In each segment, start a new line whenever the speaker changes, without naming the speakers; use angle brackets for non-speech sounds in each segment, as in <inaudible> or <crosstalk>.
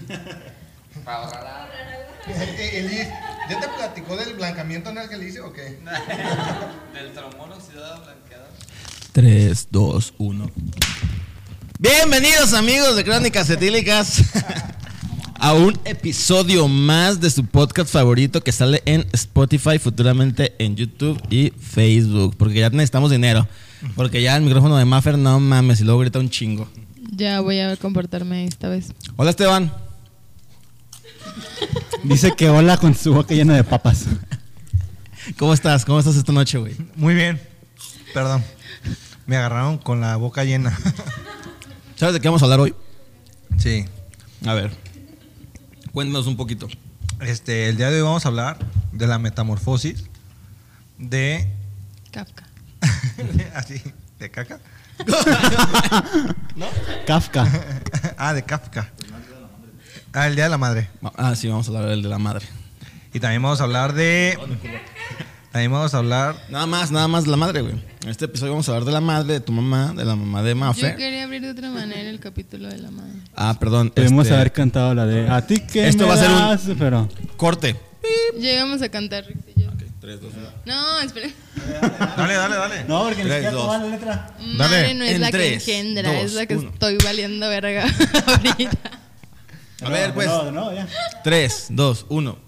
<laughs> Para ahorrar agua.
Elis, Este, ¿ya te platicó del blancamiento anal que le hice o qué?
Del tromón oxidado blanqueado.
3, 2, 1. Bienvenidos amigos de Crónicas Etílicas <laughs> a un episodio más de su podcast favorito que sale en Spotify, futuramente en YouTube y Facebook. Porque ya necesitamos dinero. Porque ya el micrófono de Maffer no mames y luego grita un chingo.
Ya voy a comportarme esta vez.
Hola Esteban.
Dice que hola con su boca llena de papas.
¿Cómo estás? ¿Cómo estás esta noche, güey?
Muy bien. Perdón. Me agarraron con la boca llena.
¿Sabes de qué vamos a hablar hoy?
Sí.
A ver. Cuéntanos un poquito.
Este, el día de hoy vamos a hablar de la metamorfosis de <laughs>
Kafka.
así, de caca. <laughs>
Este-
Kafka.
ah, de Kafka. Ah, el día de la madre.
Va- Ah, sí, vamos a hablar del de la madre.
Y también vamos a hablar de también vamos a hablar
Nada más, nada más de la madre, güey. En este episodio vamos a hablar de la madre, de tu mamá, de la mamá de
Yo
Mafe.
quería abrir de otra manera el capítulo de la madre.
Ah, perdón.
Debemos
este,
haber cantado la de a ti que
Esto
me
va a ser un-
das", pero
Corte.
Llegamos a cantar, Rick y yo. No, espera.
Dale, dale, dale.
No, porque
Tres, dos.
tomaba la letra.
Madre no es
En
la que
tres,
engendra,
dos,
es la que
uno.
estoy valiendo verga <laughs> ahorita.
A ver, pues.
No, no, ya.
3, 2, 1.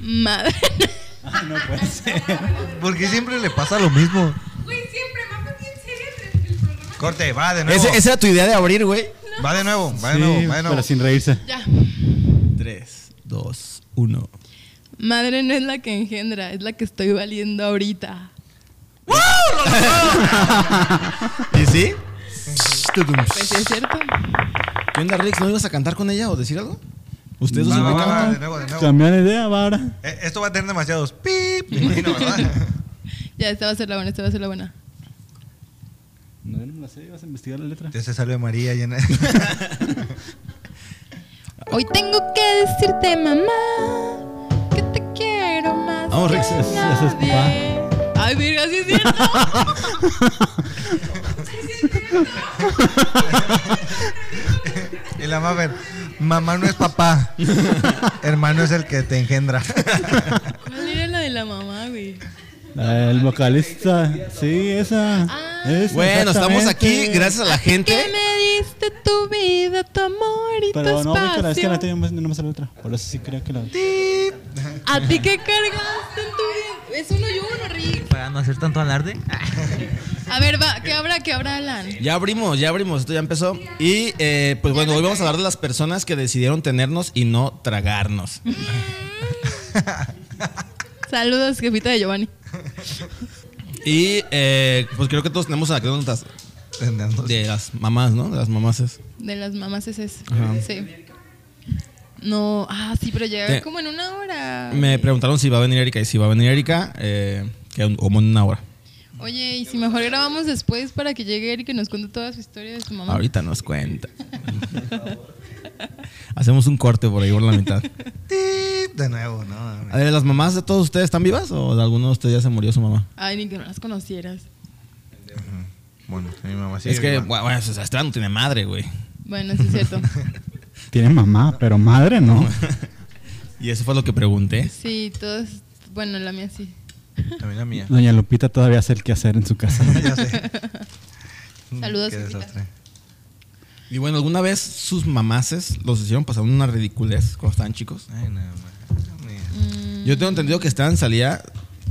Madre.
Ay, Ah, no puede ser.
Porque siempre le pasa lo mismo.
Güey, siempre, Mafe, bien seria el, el programa.
Corte, va de nuevo.
Ese- Esa era tu idea de abrir, güey.
Va de nuevo, va de
Sí,
nuevo, va de nuevo.
pero sin reírse.
Ya.
3, 2, 1.
Madre no es la que engendra, es la que estoy valiendo ahorita.
¿Y sí?
Pues sí es cierto.
¿Qué onda, Rix? ¿No ibas a cantar con ella o decir algo? Ustedes dos
Va,
siempre
va, va,
cantan.
de nuevo, de nuevo.
Cambiar de idea, va ahora.
Eh, Esto va a tener demasiados pip, me imagino,
<laughs>
¿verdad?
Ya, esta va a ser la buena, esta va a ser la buena.
No, no la sé, ibas a investigar la letra.
Ya se salve María llena.
Hoy tengo que decirte, mamá, que te quiero más.
Vamos, Rex,
que a
es- eso es
nadie. Ay, mira, sí
<laughs>
es cierto.
<laughs> y la va a ver. Mamá no es papá. Hermano es el que te engendra.
¿Cuál era la de la mamá, güey?
La- El vocalista. Sí, esa.
Ah.
Esa,
Bueno, estamos aquí
exactamente.
gracias a la
Que
gente.
me diste tu vida, tu amor y tu
Pero no,
espacio.
cara, es que la tenía más- no me sale la letra. Por eso sí creo que la.
A ti que cargaste en tu vida. Es uno y uno, Rick.
Para no hacer tanto alarde.
A ver, va, que abra, que abra Alan.
Ya abrimos, ya abrimos, esto ya empezó. Y eh, pues bueno, hoy vamos a hablar de las personas que decidieron tenernos y no tragarnos.
Saludos, jefita de Giovanni.
Y eh, pues creo que todos tenemos anécdotas de las mamás, ¿no? De las mamases.
De las mamás es ese.
Ajá.
Sí. No, ah, sí, pero llega
Te-
como en una hora.
Me preguntaron si va a venir Erika y si va a venir Erika, eh, que un- como en una hora.
Oye, y si mejor grabamos después para que llegue Eric y nos cuente toda su historia de su mamá.
Ahorita nos cuenta. <laughs> Hacemos un corte por ahí por la mitad.
Tip, de nuevo, no.
A ver, ¿las mamás de todos ustedes están vivas o de alguno de ustedes ya se murió su mamá?
Ay, ni que no las conocieras.
Bueno, mi mamá sí.
es que,
mi mamá.
bueno, o sea, Esteban no tiene madre, güey.
Bueno, sí es
<laughs>
cierto.
Tiene mamá, pero madre no.
<laughs> Y eso fue lo que pregunté.
Sí, todos. Bueno, la mía sí.
También la mía.
<laughs>
Ah,
Doña Lupita todavía hace el quehacer en su casa.
<laughs>
ya sé.
Saludos,
Qué
Lupita.
desastre.
Y bueno, ¿alguna vez sus mamases los hicieron pasar una ridiculez cuando estaban chicos?
Ay, no, man.
Yo tengo entendido que Esteban salía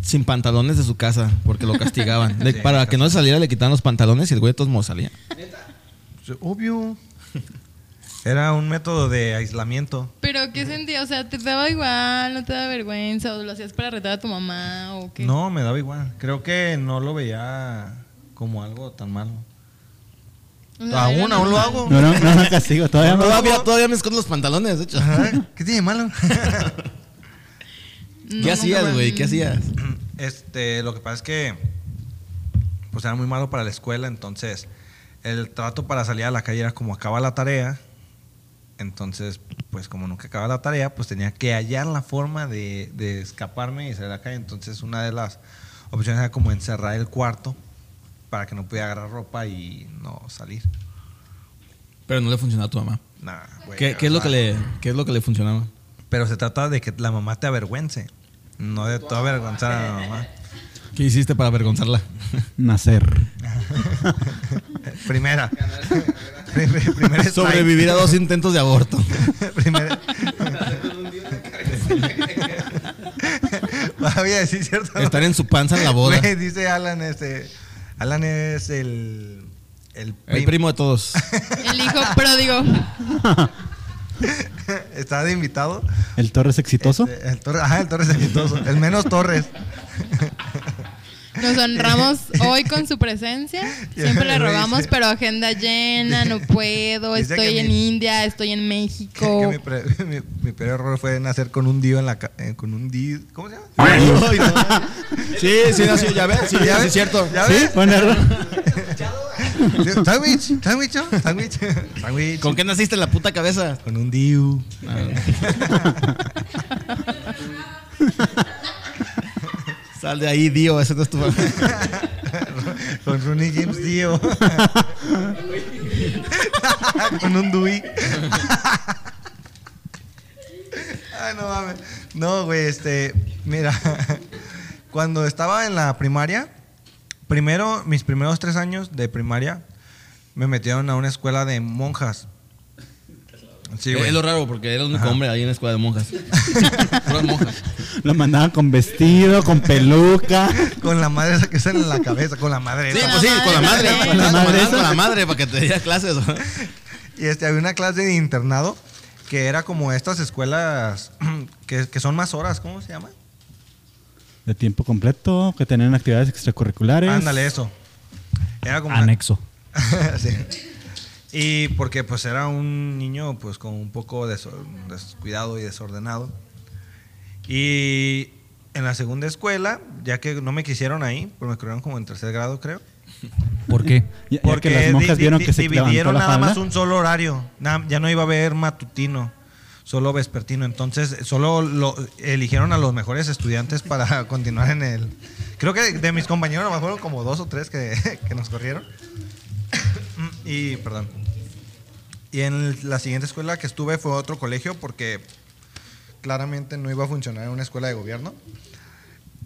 sin pantalones de su casa porque lo <laughs> castigaban. Le-
Sí,
para que no saliera le quitaban los pantalones y el güey de todos modos salía.
Obvio. Era un método de aislamiento.
Pero ¿qué sentía? O sea, ¿te daba igual? ¿No te daba vergüenza? ¿O lo hacías para retar a tu mamá? ¿O qué?
No, me daba igual. Creo que no lo veía como algo tan malo.
O sea,
Aún,
era
aún lo
normal.
hago.
No, no, no, no castigo, todavía no.
Todavía, todavía me escondo los pantalones, de hecho. <laughs>
Ajá, ¿Qué tiene de
<laughs>
malo?
No,
¿Qué
nunca
hacías,
me-
güey? ¿Qué hacías?
Este, lo que pasa es que pues era muy malo para la escuela, entonces el trato para salir a la calle era como acaba la tarea. Entonces, pues como nunca acaba la tarea, pues tenía que hallar la forma de, de escaparme y salir a la calle. Entonces, una de las opciones era como encerrar el cuarto para que no pudiera agarrar ropa y no salir.
Pero no le funcionaba a tu mamá.
Nah, güey,
¿Qué, qué es lo que
¿verdad?
le, ¿Qué es lo que le funcionaba?
Pero se trata de que la mamá te avergüence. No de tú avergonzar a la mamá. <laughs>
¿Qué hiciste para avergonzarla?
Nacer.
Primera. <laughs> Primer-
<laughs>
primer strike.
Sobrevivir a dos intentos de <laughs> aborto. <laughs>
Primera. Todavía sí, cierto.
Estar en su panza en la boda.
Güey, dice Alan, este. Alan es el. El,
El
prim-
primo de todos.
El hijo pródigo.
<laughs> Está de invitado.
¿El Torres exitoso?
Este, el Torres, ajá, el Torres exitoso. El menos Torres.
Nos
<laughs>
honramos hoy con su presencia. Siempre le rogamos, pero agenda
<laughs>
llena, no puedo.
Dice que
Estoy en
mi-
India, estoy en México.
Que mi, pre- <laughs> mi- mi peor error fue nacer con un dio en la ca- eh, con un dio, ¿cómo se
<laughs>
llama?
<laughs> sí, sí, nació, ya ves, <laughs> sí,
¿Ya
sí,
ves?
es cierto.
¿Ya
Sí,
ves? <laughs>
buen error.
Sándwich, sándwich, ¿no? sándwich, sándwich.
¿Con qué naciste en la puta cabeza?
Con un dio.
Sal de ahí, Dio, ese no es tu
<laughs> Con Rooney James Dio. <laughs> Con un Dewey. <laughs> ah, no mames. No, güey, este. Mira. <laughs> Cuando estaba en la primaria, primero, mis primeros tres años de primaria, me metieron a una escuela de monjas. Sí,
es
güey.
Eh, lo raro, porque era el único
Ajá.
hombre ahí en la escuela de <laughs> monjas. Puras monjas.
Lo mandaban con vestido, con peluca.
Con la madre esa que sale en la cabeza, con la madre.
Sí,
esa.
pues sí, con la madre. Con la madre, con la madre para que te diera clases.
Y este, había una clase de internado que era como estas escuelas <clears throat> que, que son más horas, ¿cómo se llama?
De tiempo completo, que tenían actividades extracurriculares.
Ándale, eso. Era como.
Anexo.
<laughs> Sí. Y porque pues era un niño pues con un poco desor- descuidado y desordenado. Y en la segunda escuela, ya que no me quisieron ahí, pues me crearon como en tercer grado, creo.
¿Por qué?
Ya- ya que las monjas
di-
vieron
di-
que se levantó
dividieron
la
nada
falda.
más un solo horario. Na- ya no iba a haber matutino, solo vespertino. Entonces, solo lo, eligieron a los mejores estudiantes para <laughs> continuar en el. Creo que de mis compañeros, a lo mejor fueron como dos o tres que, <laughs> que nos corrieron. <coughs> y, perdón. Y en la siguiente escuela que estuve fue otro colegio porque claramente no iba a funcionar en una escuela de gobierno.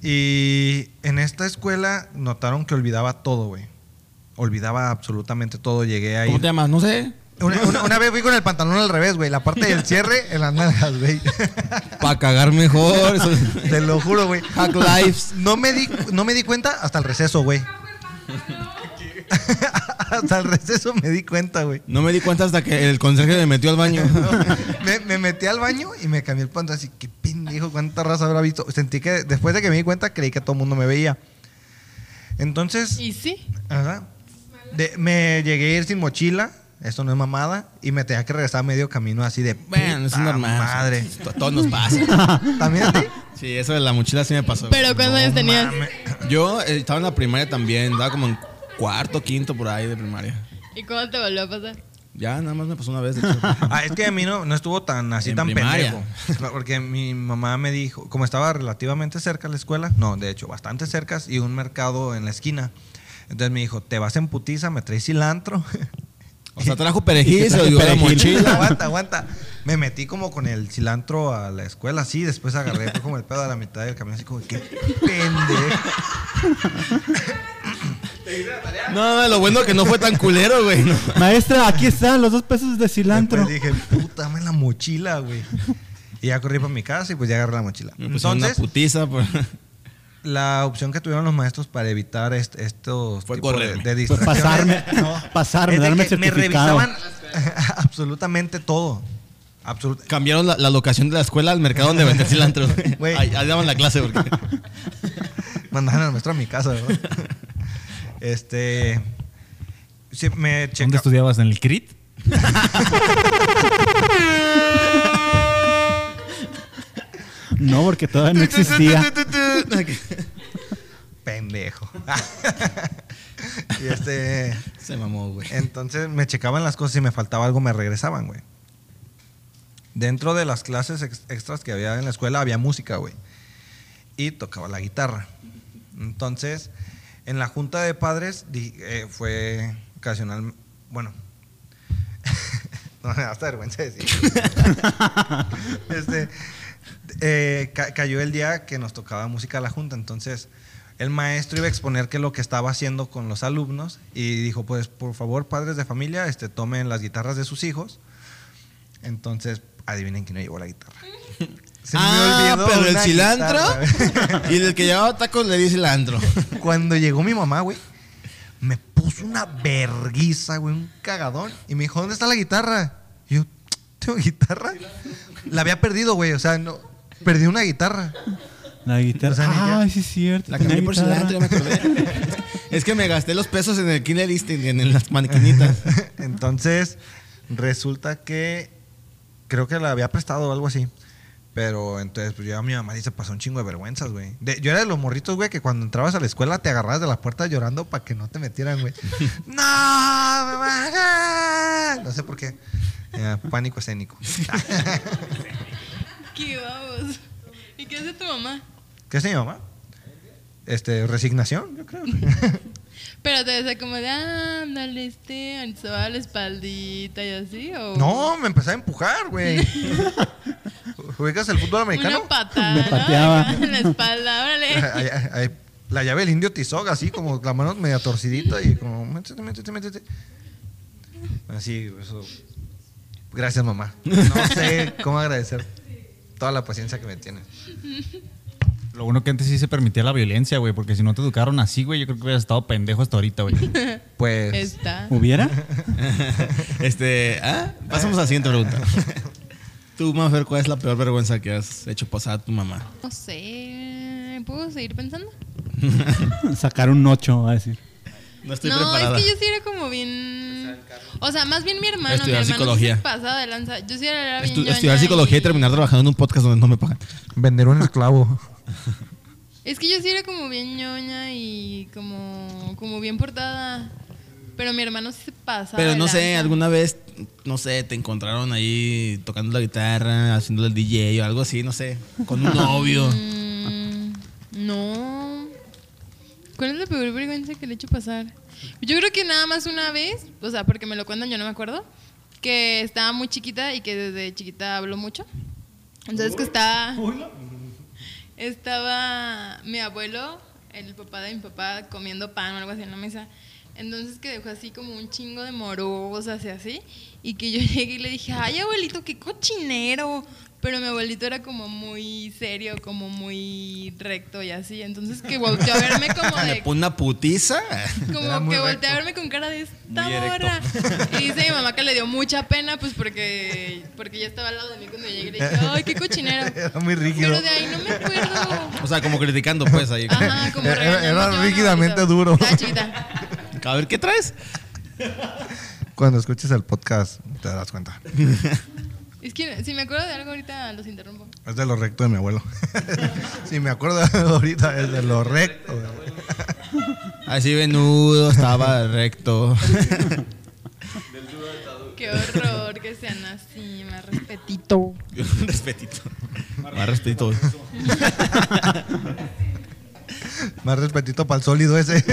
Y en esta escuela notaron que olvidaba todo, güey. Olvidaba absolutamente todo. Llegué ahí.
¿Cómo te llamas? No sé.
Una, una- una vez fui con el pantalón al revés, güey. La parte del cierre en las nalgas, güey. <laughs>
Para cagar mejor. eso-
Te lo juro, güey.
Hack lives.
No me di, no me di cuenta hasta el receso, güey. <laughs> hasta el receso me di cuenta, güey.
No me di cuenta hasta que el conserje me metió al
<laughs>
baño.
me, me metí al baño y me cambié el pantalón. Así, qué pendejo, cuánta raza habrá visto. Sentí que después de que me di cuenta, creí que todo el mundo me veía. Entonces,
Y sí,
ajá, de- me llegué a ir sin mochila. Esto no es mamada. Y me tenía que regresar a medio camino así de.
Bueno, es
puta
normal.
Madre.
T- A todos nos pasa.
<laughs> ¿También a ti?
Sí, eso de la mochila sí me pasó.
pero ¿cuántos años <laughs> tenías?
Mame.
Yo eh, estaba en la primaria también, estaba como en cuarto, quinto por ahí de primaria.
¿Y cómo te volvió a pasar?
Ya, nada más me pasó una
<laughs>
vez. de hecho.
Ah, es que a mí no, no estuvo tan así
En
tan
primaria.
pendejo. <laughs> No, Porque mi mamá me dijo, como estaba relativamente cerca la escuela, no, de hecho, bastante cerca, y un mercado en la esquina. Entonces me dijo, te vas en putiza, me traes cilantro.
O sea, trajo perejil, se
traje
olvidó la
perejil.
mochila.
<laughs>
aguanta, aguanta. Me metí como con el cilantro a la escuela, sí, después agarré fue como el pedo a la mitad del camino, así como, qué pendejo.
No, lo bueno que no fue tan culero, güey. ¿no?
Maestra, aquí están los dos pesos de cilantro.
Después dije, puta, dame la mochila, güey. Y ya corrí para mi casa y pues ya agarré la mochila.
Me pusieron
Entonces,
una putiza. por- <laughs>
La opción que tuvieron los maestros para evitar est- estos
Fue
tipos de,
correrme.
de
Fue
distracciones. <laughs>
pasarme,
No.
pasarme,
Es de
darme
que me
certificado.
revisaban <laughs> absolutamente todo. Absolut-
Cambiaron la, la locación de la escuela al mercado donde vendía cilantro.
Güey.
Ahí, ahí daban la clase. Porque...
Mandaban al maestro a mi casa, ¿verdad? <laughs> este. sí,
<laughs>
me
¿Dónde
checa-
estudiabas? ¿En el CRIT?
No, porque todavía <laughs>
<laughs>
no existía.
Pendejo. <laughs> y este.
Se mamó, güey.
<laughs> Entonces me checaban las cosas y me faltaba algo, me regresaban, güey. Dentro de las clases ex- extras que había en la escuela había música, güey. Y tocaba la guitarra. Entonces, en la junta de padres di- eh, fue ocasional, bueno, <laughs> No, me da hasta vergüenza decir. <laughs> este, eh, ca- cayó el día que nos tocaba música a la junta, entonces el maestro iba a exponer que lo que estaba haciendo con los alumnos y dijo, pues por favor, padres de familia, este, tomen las guitarras de sus hijos. Entonces, adivinen quién no llevó la guitarra. Se me
<laughs> ah,
olvidó
pero el
una
cilantro.
guitarra.
<laughs> y el que llevaba tacos le di cilantro.
Cuando llegó mi mamá, güey, me puso una verguiza, güey, un cagadón. Y me dijo, ¿dónde está la guitarra? Y yo, ¿tengo guitarra? La había perdido, güey, o sea, no. Perdí una guitarra.
La guitarra.
O sea, ni
ah,
ya-
sí es cierto.
La
tenía
cambié por
guitarra.
cilantro, ya me acordé. <laughs> es que me gasté los pesos en el Kinder Instinct, en, en las maniquinitas.
<laughs> Entonces, resulta que creo que la había prestado o algo así. Pero entonces, pues yo a mi mamá y se pasó un chingo de vergüenzas, güey. De- Yo era de los morritos, güey, que cuando entrabas a la escuela te agarrabas de la puerta llorando para que no te metieran, güey. ¡No! mamá! No sé por qué. Eh, pánico escénico. <laughs>
¿Qué vamos? ¿Y qué hace tu mamá?
¿Qué es mi mamá? Este, resignación, yo creo.
Pero te decía como de, ah, ándale, este, se va a la espaldita y así, o...
No, me empecé a empujar, güey. ¿Ubicas el fútbol americano?
Una
<laughs>
patada,
Me
¿no?
pateaba.
Acá <laughs> En la
<laughs>
espalda, órale.
Ay, ay, ay, La llave del indio Tizoga, así como la mano media torcidita y como, métete, métete, métete. Así, eso. Gracias, mamá. No sé cómo agradecer toda la paciencia que me tienes.
Lo bueno que antes sí se permitía la violencia, güey, porque si no te educaron así, güey, yo creo que hubieras estado pendejo hasta ahorita, güey.
Pues,
Está.
¿Hubiera?
<laughs> este, ¿ah? Pasamos a la siguiente pregunta. Tú, Mafer, ¿cuál es la peor vergüenza que has hecho pasar a tu mamá?
No sé, ¿puedo seguir pensando?
Sacar un 8, va a decir.
No estoy
no,
preparada.
es que yo sí era como bien... O sea, más bien mi hermano.
Estudiar
mi hermano
psicología.
sí se pasaba de lanza. Yo sí era bien
Estu-
ñoña
estudiar psicología y... terminar trabajando en un podcast donde no me pagan.
vender un esclavo.
Es que yo sí era como bien ñoña y como, como bien portada. Pero mi hermano sí se pasaba
Pero
de
no sé,
lanza.
alguna vez, no sé, te encontraron ahí tocando la guitarra, haciéndole el DJ o algo así, no sé, con un novio.
Mm, no. ¿Cuál es la peor vergüenza que le he hecho pasar? Yo creo que nada más una vez, o sea, porque me lo cuentan, yo no me acuerdo, que estaba muy chiquita y que desde chiquita habló mucho. Entonces que estaba... Estaba mi abuelo, el papá de mi papá, comiendo pan o algo así en la mesa. Entonces que dejó así como un chingo de morosas y así. Y que yo <laughs> llegué y le dije, ay abuelito, qué cochinero. Pero mi abuelito era como muy serio, como muy recto y así. Entonces que volteó a verme
<laughs>
como
Le
de...
pone una putiza.
Era
<laughs> Como
muy
que volteó
recto.
a verme con cara de esta
Muy erecto.
morra.
<laughs>
Y dice mi mamá que le dio mucha pena, pues porque, porque ya estaba al lado de mí cuando llegué y le dije,
<laughs>
ay, qué cochinero.
Era muy rígido.
Pero de ahí no me acuerdo.
<laughs>
O sea, como criticando, pues, ahí.
Ajá, como
Era-
regañando,
era
yo no,
rígidamente
ahorita.
duro.
Estaba
<laughs>
chiquita.
A ver, ¿qué traes?
Cuando escuches el podcast, te darás cuenta.
Es que si me acuerdo de algo ahorita los interrumpo.
Es de lo recto de mi abuelo. <laughs> si me acuerdo de algo ahorita, es de lo recto.
Así venudo, <laughs> estaba recto.
Qué horror que sean así, más respetito.
Un respetito. Más respetito.
Más respetito para el sólido ese.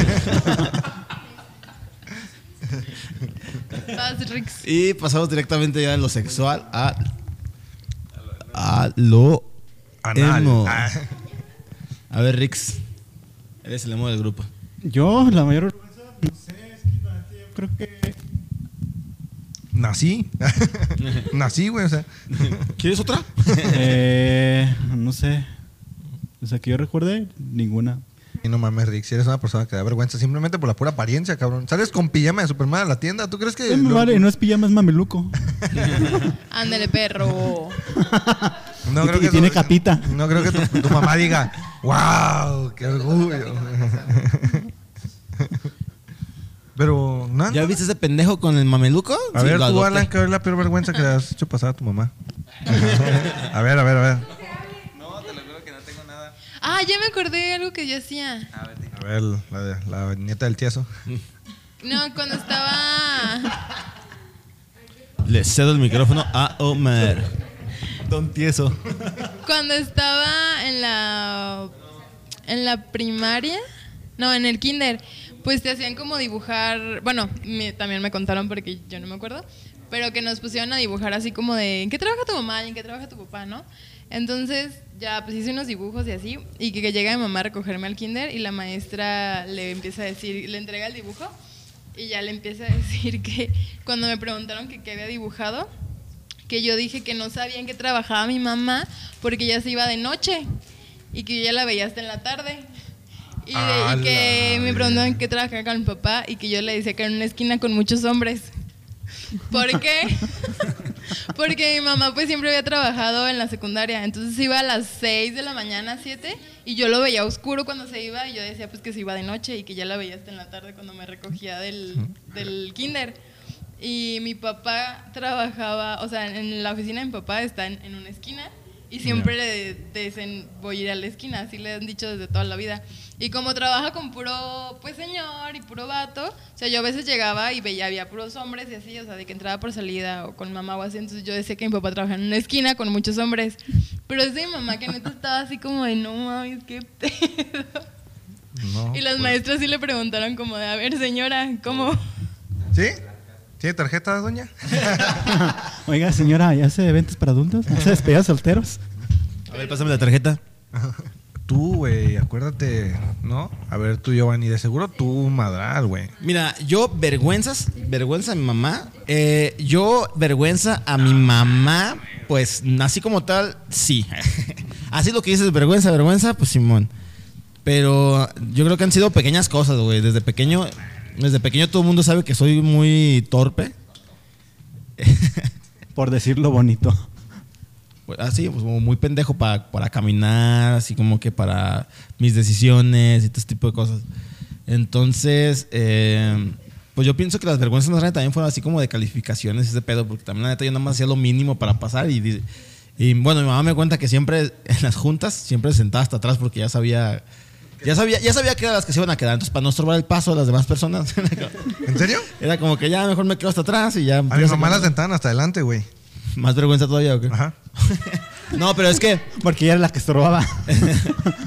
Vas, Rix.
Y pasamos directamente ya de lo sexual a. a lo. emo.
Ah.
A ver, Rix. Eres el emo del grupo.
Yo, la mayor vergüenza, no sé, es que la neta yo creo que.
Nací. <laughs> Nací, güey. O sea,
¿Quieres otra?
Eh, no sé. O sea, que yo recuerde, ninguna.
Y no mames, Rick, si eres una persona que da vergüenza simplemente por la pura apariencia, cabrón. Sales con pijama de Superman a la tienda, ¿tú crees que.?
Eh, me
lo-
vale, no es pijama, es mameluco.
Ándale, perro.
No
Y-
creo
y
que
tiene
tu-
capita.
No creo que tu, tu mamá diga, ¡Wow! ¡Qué orgullo! <laughs> Pero, no.
¿Ya viste ese pendejo con el mameluco?
A
Sí,
ver,
lo
tú,
adopté.
Alan, ¿qué es la peor vergüenza que le has hecho pasar a tu
<laughs>
mamá? a ver, a ver, a ver.
No, te lo juro que no tengo nada.
Ah, ya me acordé de algo que yo hacía.
A ver, di-
A ver, la, de- la nieta del tieso.
No, cuando estaba.
Le cedo el micrófono a Omer. Don Tieso.
Cuando estaba en la. En la primaria. No, en el kinder. pues te hacían como dibujar, bueno, me- también me contaron porque yo no me acuerdo, pero que nos pusieron a dibujar así como de, ¿en qué trabaja tu mamá? ¿Y en qué trabaja tu papá? ¿No? Entonces ya pues hice unos dibujos y así, y que, que llega mi mamá a recogerme al kinder y la maestra le empieza a decir, le entrega el dibujo y ya le empieza a decir que cuando me preguntaron que qué había dibujado, que yo dije que no sabían que trabajaba mi mamá porque ella se iba de noche y que yo ya la veía hasta en la tarde. Y, de- y
¡Ala!
que me preguntaban que trabajaba con mi papá y que yo le decía que era en una esquina con muchos hombres. ¿Por qué? Porque mi mamá pues siempre había trabajado en la secundaria, entonces iba a las 6 de la mañana, 7, y yo lo veía oscuro cuando se iba y yo decía pues que se iba de noche y que ya la veía hasta en la tarde cuando me recogía del, del kinder. Y mi papá trabajaba, o sea, en la oficina de mi papá está en, en una esquina y siempre le- te dicen voy a ir a la esquina, así le han dicho desde toda la vida. Y como trabaja con puro, pues señor y puro vato, o sea, yo a veces llegaba y veía, había puros hombres y así, o sea, de que entraba por salida o con mamá o así, entonces yo decía que mi papá trabajaba en una esquina con muchos hombres. Pero es de mi mamá que neta estaba así como de, no mames, qué pedo.
No,
Y las
pues.
maestras sí le preguntaron como de, a ver señora, ¿cómo?
Oh, ¿Sí? ¿Tiene tarjeta, doña?
Oiga, señora, ¿ya hace eventos para adultos? ¿Hace despedidas solteros?
A ver, pásame la tarjeta.
Tú, güey, acuérdate, ¿no? A ver, tú, Giovanni, de seguro tú madral, güey.
Mira, yo vergüenzas, vergüenza a mi mamá. Eh, yo vergüenza a mi mamá, pues así como tal, sí. <laughs> así lo que dices, vergüenza, vergüenza, pues Simón. Pero yo creo que han sido pequeñas cosas, güey. Desde pequeño, desde pequeño todo el mundo sabe que soy muy torpe.
Por decirlo bonito.
Pues, así, pues como muy pendejo para, para caminar, así como que para mis decisiones y todo ese tipo de cosas. Entonces, eh, pues yo pienso que las vergüenzas más grandes también fueron así como de calificaciones, ese pedo, porque también la neta yo nada más hacía lo mínimo para pasar y, di- y bueno, mi mamá me cuenta que siempre en las juntas, siempre sentaba hasta atrás porque ya sabía... Ya sabía, ya sabía que eran las que se iban a quedar, entonces para no estorbar el paso de las demás personas, <laughs>
¿En serio?
era como que ya mejor me quedo hasta atrás y ya.
A mi mamá la sentaban hasta adelante, güey.
Más vergüenza todavía, ¿o qué?
Ajá.
<laughs> No, pero es que
Porque ella era la que estorbaba.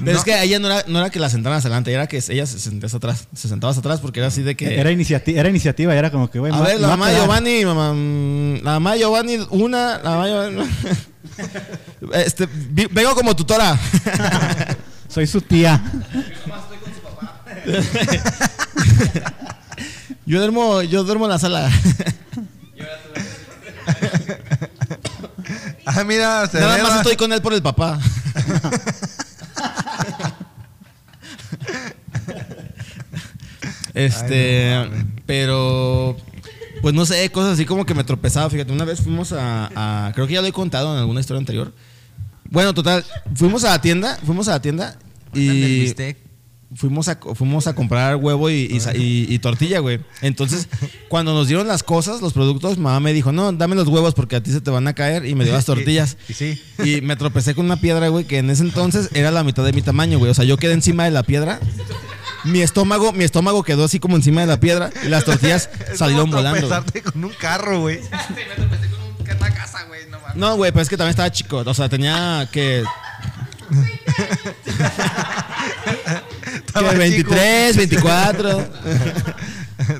Pero es que a ella no era, no era que la sentaran hacia adelante, era que ella se sentaba hasta atrás. Se sentaba hasta atrás porque era así de que.
Era, iniciativa, era iniciativa, era como que, güey,
a
me-
ver,
me
la
va
mamá de
quedar.
Giovanni, mamá, mm, la mamá de Giovanni, una, la mamá de Giovanni. Este, vi- vengo como tutora.
Soy su tía.
Yo duermo, yo duermo en la sala.
Ah, mira, se
Nada
ve,
más
va. <laughs>
estoy con él por el papá. este, pero pues no sé, cosas así como que me tropezaba. Fíjate, una vez fuimos a, a- creo que ya lo he contado en alguna historia anterior. Bueno, total, fuimos a la tienda, fuimos a la tienda y fuimos a, fuimos a comprar huevo y, y sa- y- y tortilla, güey. Entonces, cuando nos dieron las cosas, los productos, mamá me dijo, no, dame los huevos porque a ti se te van a caer y me dio las tortillas.
Y, y <laughs> sí.
Y me tropecé con una piedra, güey, que en ese entonces era la mitad de mi tamaño, güey. O sea, yo quedé encima de la piedra. Mi estómago, mi estómago quedó así como encima de la piedra y las tortillas
<laughs> Es
salieron
como
volando. güey.
tropezarte con un carro,
<laughs>
güey.
Sí, me tropecé con un en la casa, güey, no mames.
No, güey, pero es que también estaba chico. O sea, tenía que, que
Estaba chico.
23, 24.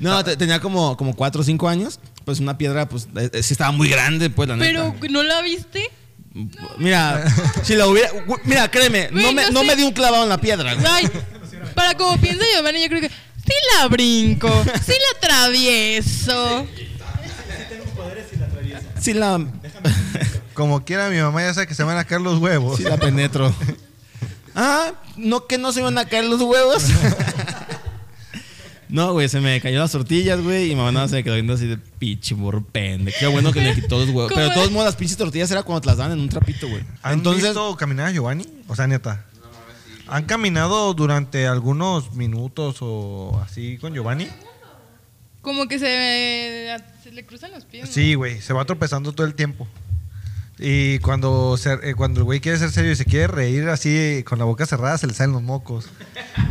No, te- tenía como, como 4 o 5 años. Pues una piedra, pues eh, eh, sí estaba muy grande, pues la
Pero
neta.
¿no la viste?
Mira, si la hubiera. güey, Mira, créeme, no
Güey,
me,
yo
no
sí-
me di un clavado en la piedra, güey.
Ay, para como piensa Giovanni, yo creo que sí la brinco, sí la atravieso.
Sí la,
Como quiera, mi mamá ya sabe que se van a caer los huevos.
sí la penetro. <laughs> Ah, no que no se iban a caer los huevos. <laughs> No, güey, se me cayó las tortillas, güey, y mi mamá nada más se me quedó viendo así de pinche burro pendejo. Qué bueno que me quitó los huevos.
¿Cómo
Pero de todos
es?
modos, las pinches tortillas era cuando te las daban en un trapito, güey. <laughs>
¿Han visto caminar a Giovanni? O sea, neta. ¿Han caminado durante algunos minutos o así con Giovanni?
Como que se, se le cruzan los pies. ¿no?
Sí, güey, se va tropezando todo el tiempo. Y cuando, se- eh, cuando el güey quiere ser serio y se quiere reír así con la boca cerrada, se le salen los mocos.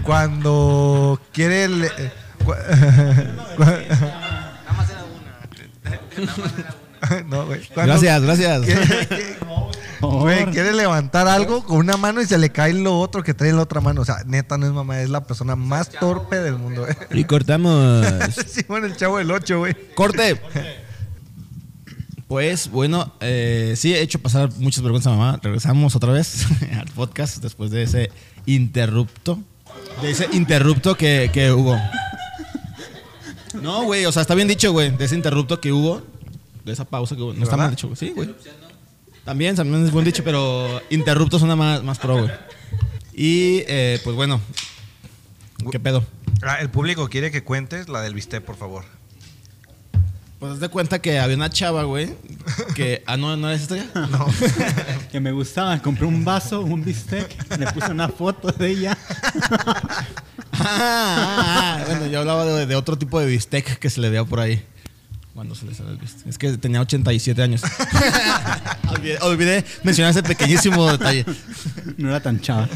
Cuando quiere... le- eh, cu- <laughs>
Nada más era una. Nada más era una.
no, güey. Cuando <laughs>
Gracias, gracias.
quiere- Güey, quiere levantar algo con una mano y se le cae lo otro que trae en la otra mano. O sea, neta, no es mamá, es la persona más torpe del mundo. <laughs> güey.
Y cortamos.
sí, bueno, el chavo del 8, güey.
¡Corte! Pues bueno, eh, sí, he hecho pasar muchas vergüenzas a mamá. Regresamos otra vez <laughs> al podcast después de ese interrupto. De ese interrupto que, que hubo. No, güey, o sea, está bien dicho, güey. De ese interrupto que hubo, de esa pausa que hubo. No está mal dicho, güey. Sí, güey. También, también es buen dicho, pero interrupto suena más, más pro, güey. Y eh, pues bueno, ¿qué pedo?
Ah, el público quiere que cuentes la del bistec, por favor.
Pues haz de cuenta que había una chava, güey, que... Ah, no, no es esta. <laughs>
No.
Que me gustaba. Compré un vaso, un bistec, le puse una foto de ella.
Ah, ah, ah, bueno, yo hablaba de, de otro tipo de bistec que se le dio por ahí. Cuando se le sale el bistec. Es que tenía 87 años. <laughs> olvidé, olvidé mencionar ese pequeñísimo detalle.
No era tan chava.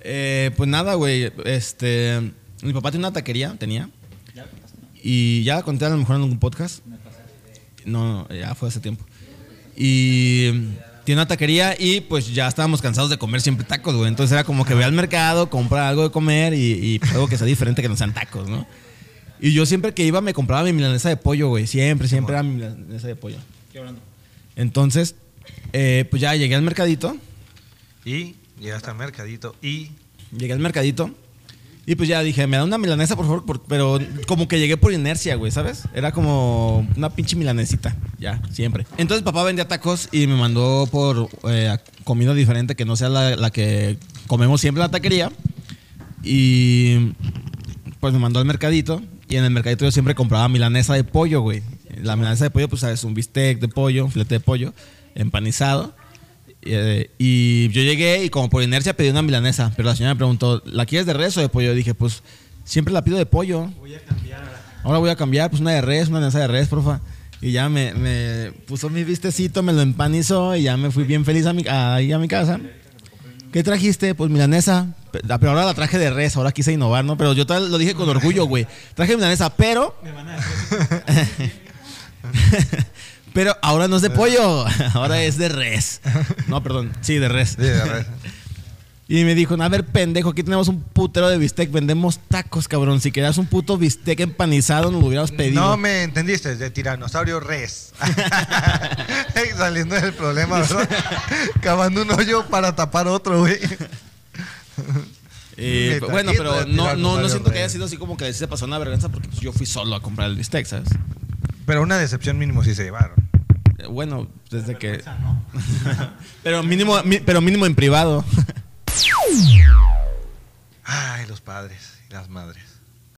Eh, pues nada, güey. Este, mi papá tenía una taquería, tenía. Y ya la conté a lo mejor en algún podcast. No, no, ya fue hace tiempo. Y tiene una taquería y pues ya estábamos cansados de comer siempre tacos, güey. Entonces era como que ve al mercado, compra algo de comer y, y algo que sea diferente que no sean tacos, ¿no? Y yo siempre que iba me compraba mi milanesa de pollo, güey. Siempre, siempre era mi milanesa de pollo. Entonces, eh, pues ya llegué al mercadito.
Y llegaste al mercadito y
Llegué al mercadito y pues ya dije, me da una milanesa, por favor, por- pero como que llegué por inercia, güey, ¿sabes? Era como una pinche milanesita, ya, siempre. Entonces papá vendía tacos y me mandó por eh, a comida diferente que no sea la, la que comemos siempre en la taquería. Y pues me mandó al mercadito y en el mercadito yo siempre compraba milanesa de pollo, güey. La milanesa de pollo, pues sabes, un bistec de pollo, un filete de pollo, empanizado. Eh, y yo llegué y como por inercia pedí una milanesa, pero la señora me preguntó, ¿la quieres de res o de pollo? Yo dije, pues siempre la pido de pollo. Voy a cambiar. Ahora voy a cambiar, pues una de res, una milanesa de res, porfa. Y ya me, me puso mi vistecito, me lo empanizó y ya me fui bien feliz a mi, a, ahí a mi casa. ¿Qué trajiste? Pues milanesa. Pe- Pero ahora la traje de res, ahora quise innovar, ¿no? Pero yo tal- lo dije con orgullo, güey. Traje milanesa, pero... <laughs> pero ahora no es de
Eh.
pollo, <laughs> ahora es de res. No, perdón, sí, de res.
Sí, de res.
Y me dijo, a ver, pendejo, aquí tenemos un putero de bistec, vendemos tacos, cabrón. Si querías un puto bistec empanizado, nos lo hubieras pedido.
No me entendiste, de tiranosaurio res. Saliendo del problema, ¿verdad? Cavando un hoyo para tapar otro, güey.
Eh,
Neta,
bueno,
¿quién
pero
puede
no,
tirar
no, no
Rosario
siento que haya
Reyes?
sido así como que se pasó una vergüenza porque pues, yo fui solo a comprar el bistec, ¿sabes?
Pero una decepción mínimo sí se llevaron.
Eh, Bueno, desde que... <laughs> pero, mínimo, mi- pero mínimo en privado.
Ay, los padres y las madres.